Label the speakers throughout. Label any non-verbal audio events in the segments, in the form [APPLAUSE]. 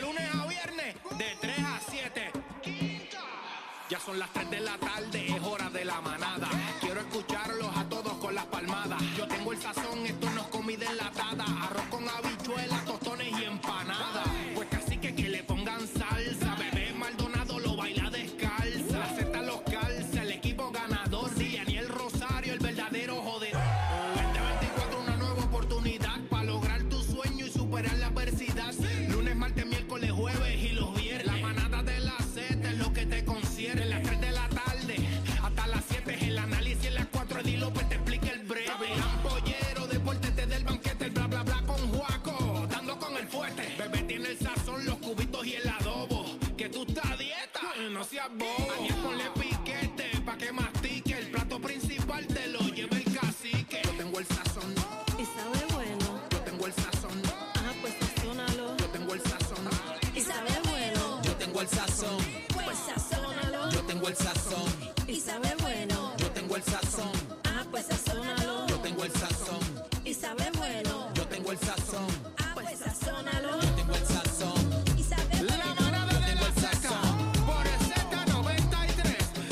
Speaker 1: lunes a viernes, de 3 a 7. Ya son las 3 de la tarde, es hora de la manada. Quiero escucharlos a todos con las palmadas. Yo tengo el sazón, esto no es comida enlatada. Arroz con habichuelas, tostones y empanadas. Pues casi que que le pongan salsa. Bebé Maldonado lo baila descalza. La Z los calza, el equipo ganador. Sí, Daniel Rosario, el verdadero joder. 2024, una nueva oportunidad para lograr tu sueño y superar la adversidad. Lunes, martes, miércoles, jueves y los viernes. La manada de la Z es lo que te concierne. Las 3 de la tarde hasta las 7 es el análisis. En las 4 Eddie López te explica el breve. Gran pollero, deportes del banquete, el bla bla bla con Juaco. Dando con el fuerte. Bebé tiene el sazón, los cubitos y el adobo. Que tú estás a dieta, no seas bobo. Daniel, ponle piquete pa' que mastique. El plato principal te lo lleva el cacique. Yo tengo el sazón,
Speaker 2: Y sabe bueno,
Speaker 1: yo tengo el sazón.
Speaker 2: ajá, pues sazónalo.
Speaker 1: Yo tengo el sazón.
Speaker 2: Y sabe bueno,
Speaker 1: Yo tengo el sazón.
Speaker 2: pues sazónalo.
Speaker 1: Yo tengo el sazón.
Speaker 2: Y sabe bueno,
Speaker 1: Yo tengo el sazón.
Speaker 2: ajá, pues sazónalo.
Speaker 1: Yo tengo el sazón.
Speaker 2: Y sabe bueno,
Speaker 1: Yo tengo el sazón.
Speaker 2: ah, pues sazónalo.
Speaker 1: Tengo el sazón.
Speaker 2: Y sabe
Speaker 1: La manada de la saca. Por el Z93.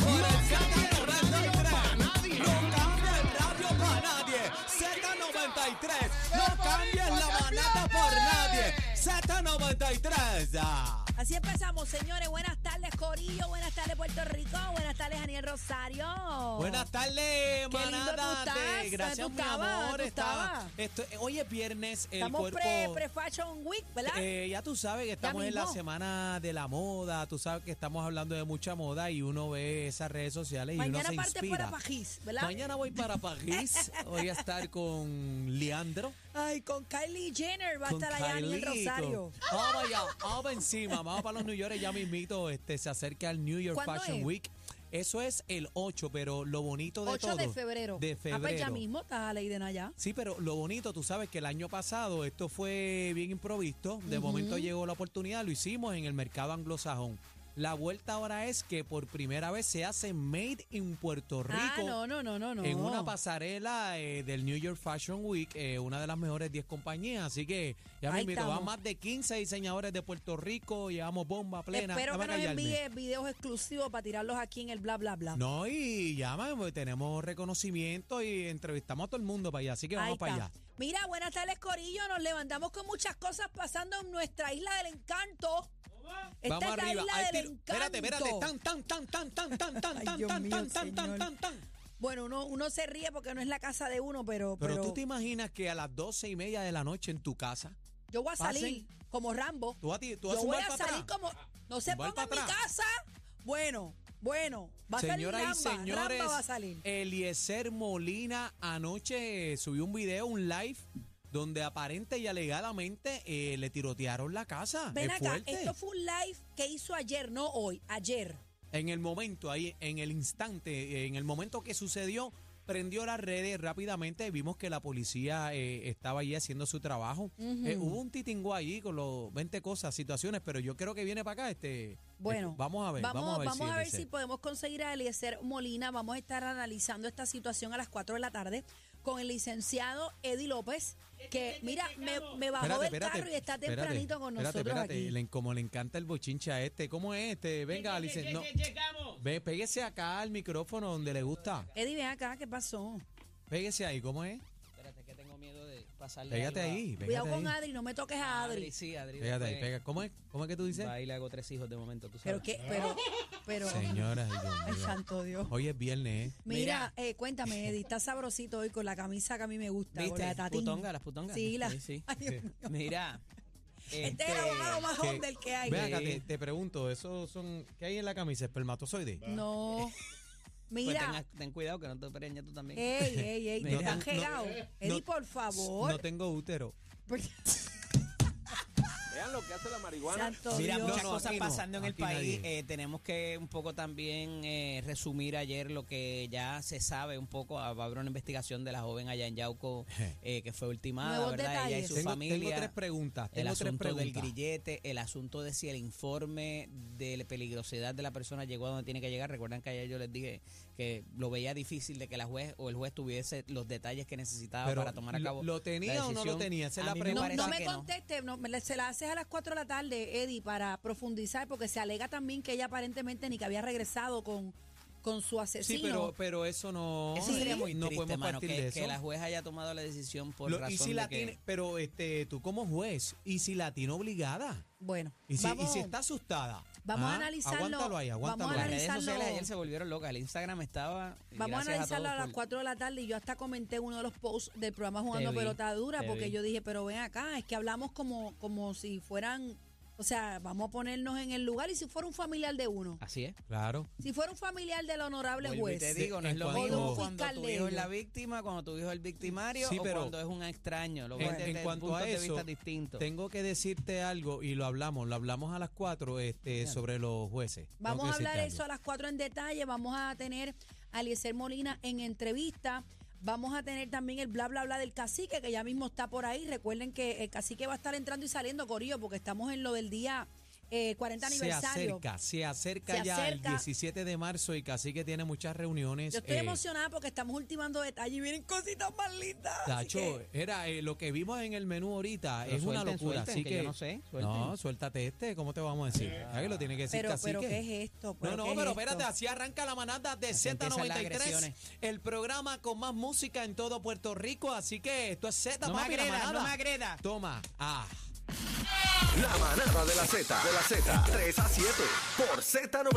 Speaker 1: Por el Z93. Para nadie.
Speaker 3: No cambia el radio para nadie. Z93. No cambies la manada por nadie. Z93. ah.
Speaker 4: Así empezamos, señores. Buenas tardes, Corillo. Buenas tardes, Puerto Rico. Buenas tardes, Daniel Rosario.
Speaker 3: Buenas tardes,
Speaker 4: lindo
Speaker 3: manada.
Speaker 4: tú
Speaker 3: de-
Speaker 4: estás.
Speaker 3: Gracias,
Speaker 4: ¿Tú
Speaker 3: mi
Speaker 4: estabas?
Speaker 3: amor.
Speaker 4: ¿Tú
Speaker 3: Estaba,
Speaker 4: estabas?
Speaker 3: esto, hoy es viernes. El
Speaker 4: Estamos
Speaker 3: cuerpo.
Speaker 4: pre- pre-Fashion Week, ¿verdad?
Speaker 3: Eh, ya tú sabes que estamos en la
Speaker 4: mismo.
Speaker 3: semana de la moda, tú sabes que estamos hablando de mucha moda y uno ve esas redes sociales y uno
Speaker 4: Mañana
Speaker 3: se
Speaker 4: parte
Speaker 3: inspira.
Speaker 4: para Pajís, ¿verdad?
Speaker 3: Mañana voy para París, [LAUGHS] voy a estar con Leandro.
Speaker 4: Ay, con Kylie Jenner va a
Speaker 3: con
Speaker 4: estar allá Daniel
Speaker 3: Kylie,
Speaker 4: Rosario.
Speaker 3: con- Vamos allá, vamos para encima, vamos para los New York, ya mismito, este, se acerca el New York
Speaker 4: ¿Cuándo
Speaker 3: Fashion
Speaker 4: es?
Speaker 3: Week. Eso es el 8, pero lo bonito de
Speaker 4: 8
Speaker 3: todo.
Speaker 4: de febrero.
Speaker 3: De
Speaker 4: Ah, pues ya
Speaker 3: febrero.
Speaker 4: mismo está Leiden allá.
Speaker 3: Sí, pero lo bonito, tú sabes que el año pasado esto fue bien improvisto. De momento llegó la oportunidad, lo hicimos en el mercado anglosajón. La vuelta ahora es que por primera vez se hace Made in Puerto Rico.
Speaker 4: Ah, no, no, no, no, no.
Speaker 3: En una pasarela eh, del New York Fashion Week, eh, una de las mejores 10 compañías. Así que ya me
Speaker 4: Ahí
Speaker 3: invito, van
Speaker 4: estamos.
Speaker 3: más de 15 diseñadores de Puerto Rico, llevamos bomba plena.
Speaker 4: Espero
Speaker 3: Dame
Speaker 4: que nos
Speaker 3: callarme.
Speaker 4: envíe videos exclusivos para tirarlos aquí en el bla, bla, bla.
Speaker 3: No, y llaman, porque tenemos reconocimiento y entrevistamos a todo el mundo para allá, así que
Speaker 4: Ahí
Speaker 3: vamos para
Speaker 4: está.
Speaker 3: allá.
Speaker 4: Mira, buenas tardes, Corillo. Nos levantamos con muchas cosas pasando en nuestra isla del encanto. Esta
Speaker 3: vamos
Speaker 4: es la
Speaker 3: arriba.
Speaker 4: isla
Speaker 3: Hay
Speaker 4: del
Speaker 3: tiro.
Speaker 4: encanto.
Speaker 3: Espérate, espérate. Tan, tan, tan, tan, tan, tan, tan,
Speaker 4: Ay,
Speaker 3: tan,
Speaker 4: Dios
Speaker 3: tan,
Speaker 4: mío,
Speaker 3: tan, tan, tan,
Speaker 4: señor.
Speaker 3: tan, tan.
Speaker 4: Bueno, uno, uno se ríe porque no es la casa de uno, pero,
Speaker 3: Pero,
Speaker 4: pero,
Speaker 3: tú te imaginas que a las doce y media de la noche en tu casa,
Speaker 4: yo voy a
Speaker 3: pasen-
Speaker 4: salir como Rambo.
Speaker 3: tú, a ti, tú
Speaker 4: yo
Speaker 3: vas
Speaker 4: voy
Speaker 3: a zumbar
Speaker 4: a
Speaker 3: para
Speaker 4: salir
Speaker 3: atrás.
Speaker 4: como... No se
Speaker 3: Zumbar
Speaker 4: ponga en mi
Speaker 3: para atrás.
Speaker 4: casa. Bueno, bueno, va a
Speaker 3: Señoras y
Speaker 4: salir Ramba.
Speaker 3: señores, eh,
Speaker 4: Ramba va a salir.
Speaker 3: Eliezer Molina anoche eh, subió un video, un live, donde aparente y alegadamente eh, le tirotearon la casa.
Speaker 4: Ven
Speaker 3: Es
Speaker 4: acá,
Speaker 3: fuerte.
Speaker 4: esto fue un live que hizo ayer, no hoy, ayer.
Speaker 3: En el momento, ahí, en el instante, eh, en el momento que sucedió, prendió las redes rápidamente. Vimos que la policía eh, estaba allí haciendo su trabajo. Eh, hubo un titingo ahí con los 20 cosas, situaciones, pero yo creo que viene para acá. este
Speaker 4: Bueno,
Speaker 3: eh, vamos a ver, vamos, a ver si. es ese.
Speaker 4: podemos conseguir a Eliezer Molina. Vamos a estar analizando esta situación a las 4 de la tarde con el licenciado Eddie López, que mira, me, me bajó del carro y está
Speaker 3: espérate,
Speaker 4: tempranito con
Speaker 3: espérate,
Speaker 4: nosotros
Speaker 3: espérate.
Speaker 4: aquí.
Speaker 3: Le- como le encanta el bochinche a este, ¿cómo es este? Venga, licencia. No, ve, péguese acá al micrófono donde le gusta.
Speaker 4: Eddie, ven acá, ¿qué pasó?
Speaker 3: Péguese ahí, ¿cómo es?
Speaker 5: Espérate que tengo miedo de pasarle
Speaker 3: Pégate
Speaker 5: algo a-
Speaker 3: ahí, pégate
Speaker 4: Cuidado
Speaker 3: ahí.
Speaker 4: con Adri, no me toques a
Speaker 5: a Adri.
Speaker 4: Adri.
Speaker 5: Sí, Adri.
Speaker 3: Pégate ahí,
Speaker 5: después
Speaker 3: pega. ¿Cómo es? ¿Cómo es que tú dices?
Speaker 5: Va y le hago tres hijos de momento, tú
Speaker 4: Pero
Speaker 5: sabes.
Speaker 4: qué, pero, pero,
Speaker 3: Señoras
Speaker 4: [LAUGHS]
Speaker 3: y
Speaker 4: ay,
Speaker 3: señores.
Speaker 4: santo Dios.
Speaker 3: Hoy es viernes, ¿eh?
Speaker 4: Mira, eh, cuéntame, Eddie, está sabrosito hoy con la camisa que a mí me gusta, con
Speaker 5: ¿Viste?
Speaker 4: la de tatín.
Speaker 5: Putonga, las putongas.
Speaker 4: Sí, la...
Speaker 5: Sí, sí.
Speaker 4: [LAUGHS] Ay, Dios mío.
Speaker 5: Mira.
Speaker 4: [LAUGHS] Este es el abogado más
Speaker 3: que-
Speaker 4: hombre que hay.
Speaker 3: Ve acá,
Speaker 5: Sí.
Speaker 3: te, te pregunto, ¿eso son, ¿qué hay en la camisa? ¿Espermatozoide?
Speaker 4: No.
Speaker 5: pues
Speaker 4: Mira.
Speaker 5: tenga- ten cuidado que no te preñes tú también.
Speaker 4: Ey, ey, ey, no
Speaker 5: Mira,
Speaker 4: están
Speaker 3: no,
Speaker 4: [LAUGHS] regados. Eddie, por favor.
Speaker 3: No tengo útero.
Speaker 4: Porque-
Speaker 6: lo que hace la marihuana.
Speaker 4: Santo
Speaker 5: Mira,
Speaker 4: Dios.
Speaker 5: muchas
Speaker 3: No, no,
Speaker 5: cosas
Speaker 3: aquí no,
Speaker 5: pasando en el
Speaker 3: aquí nadie.
Speaker 5: país. Eh, tenemos que un poco también eh, resumir ayer lo que ya se sabe un poco. Ah, Va a haber una investigación de la joven allá en Yauco eh, que fue ultimada,
Speaker 4: Nuevos
Speaker 5: ¿verdad? Ella y
Speaker 4: detalles.
Speaker 5: su
Speaker 3: Tengo,
Speaker 5: familia.
Speaker 3: tengo tres preguntas.
Speaker 5: el
Speaker 3: Tengo tres
Speaker 5: asunto del
Speaker 3: preguntas.
Speaker 5: grillete, el asunto de si el informe de la peligrosidad de la persona llegó a donde tiene que llegar. Recuerdan que ayer yo les dije que lo veía difícil de que la juez o el juez tuviese los detalles que necesitaba
Speaker 3: Pero,
Speaker 5: para tomar a
Speaker 3: ¿lo-
Speaker 5: cabo.
Speaker 3: lo
Speaker 5: la
Speaker 3: tenía o no lo
Speaker 5: decisión.
Speaker 3: tenía? Esa es
Speaker 5: A
Speaker 3: la
Speaker 5: mí
Speaker 3: pregunta.
Speaker 4: No,
Speaker 5: parece
Speaker 4: no me
Speaker 5: que
Speaker 4: conteste, no, me la- se la haces a las 4 de la tarde, Eddie, para profundizar, porque se alega también que ella aparentemente ni que había regresado con, con su asesino.
Speaker 3: Sí, pero, pero eso no.
Speaker 5: Eso sería
Speaker 3: sí,
Speaker 5: muy
Speaker 3: No
Speaker 5: triste,
Speaker 3: podemos
Speaker 5: mano,
Speaker 3: partir
Speaker 5: que,
Speaker 3: de eso.
Speaker 5: que la jueza haya tomado la decisión por
Speaker 3: Lo-
Speaker 5: razón
Speaker 3: y si la
Speaker 5: de que-
Speaker 3: tiene, pero este, tú como juez, y si la tiene obligada.
Speaker 4: Bueno,
Speaker 3: Y si,
Speaker 4: vamos,
Speaker 3: y si está asustada.
Speaker 4: vamos a
Speaker 3: Ah,
Speaker 4: analizarlo.
Speaker 3: Aguántalo ahí,
Speaker 4: Vamos a
Speaker 3: aguántalo
Speaker 5: las
Speaker 3: ahí.
Speaker 5: redes
Speaker 4: analizarlo.
Speaker 5: sociales ayer se volvieron locas. El Instagram estaba. y
Speaker 4: vamos a
Speaker 5: gracias
Speaker 4: analizarlo a,
Speaker 5: todos
Speaker 4: las
Speaker 5: por-
Speaker 4: 4 de la tarde. y Yo hasta comenté uno de los posts del programa Jugando
Speaker 5: vi,
Speaker 4: Pelota Dura,
Speaker 5: te
Speaker 4: porque
Speaker 5: vi.
Speaker 4: yo dije, pero ven acá, es que hablamos como, como si fueran, o sea, vamos a ponernos en el lugar y si fuera un familiar de uno.
Speaker 5: Así es.
Speaker 3: Claro.
Speaker 4: Si fuera un familiar del honorable
Speaker 5: Vuelvo y
Speaker 4: juez.
Speaker 5: pues, te digo, no
Speaker 3: En
Speaker 5: es lo
Speaker 3: cuanto-
Speaker 5: mismo
Speaker 3: O
Speaker 5: cuando
Speaker 4: fiscal
Speaker 5: tu
Speaker 4: de
Speaker 5: hijo es
Speaker 4: ellos.
Speaker 5: la víctima, cuando tu hijo es el victimario
Speaker 3: Sí,
Speaker 5: o
Speaker 3: pero-
Speaker 5: cuando es un extraño. Lo ves
Speaker 3: En-
Speaker 5: desde
Speaker 3: en cuanto
Speaker 5: puntos
Speaker 3: a
Speaker 5: de
Speaker 3: eso,
Speaker 5: vista distintos.
Speaker 3: Tengo que decirte algo y lo hablamos, lo hablamos a las cuatro este, sobre los jueces. Tengo
Speaker 4: Vamos
Speaker 3: que
Speaker 4: a hablar
Speaker 3: decirte
Speaker 4: eso a
Speaker 3: algo.
Speaker 4: las 4 en detalle. Vamos a tener a Eliezer Molina en entrevista. Vamos a tener también el bla bla bla del cacique, que ya mismo está por ahí. Recuerden que el cacique va a estar entrando y saliendo, Corillo, porque estamos en lo del día eh, 40
Speaker 3: Se
Speaker 4: aniversario.
Speaker 3: acerca, se acerca
Speaker 4: Se
Speaker 3: ya el
Speaker 4: acerca.
Speaker 3: 17 de marzo y casi que tiene muchas reuniones.
Speaker 4: Yo estoy
Speaker 3: eh,
Speaker 4: emocionada porque estamos ultimando detalles y vienen cositas más lindas. así
Speaker 3: Tacho,
Speaker 4: que-
Speaker 3: era eh, lo que vimos en el menú ahorita,
Speaker 5: Pero
Speaker 3: es una
Speaker 5: suelten,
Speaker 3: locura.
Speaker 5: suelten,
Speaker 3: así
Speaker 5: que
Speaker 3: que,
Speaker 5: yo no sé, suelten.
Speaker 3: No, suéltate este, ¿cómo te vamos a decir? Ahí lo tiene que decir
Speaker 4: Eh, pero, pero,
Speaker 3: cacique.
Speaker 4: ¿qué es esto?
Speaker 3: No, no,
Speaker 4: ¿qué es
Speaker 3: pero
Speaker 4: esto?
Speaker 3: espérate, así arranca la manada de
Speaker 5: Así empiezan las
Speaker 3: Z93,
Speaker 5: agresiones.
Speaker 3: el programa con más música en todo Puerto Rico, así que esto es Z,
Speaker 5: No me
Speaker 3: papi, la
Speaker 5: agredas,
Speaker 3: manada.
Speaker 5: no me agredas.
Speaker 3: Toma, ah.
Speaker 6: La manada de la Z, de la Z, 3 a 7, por Z90.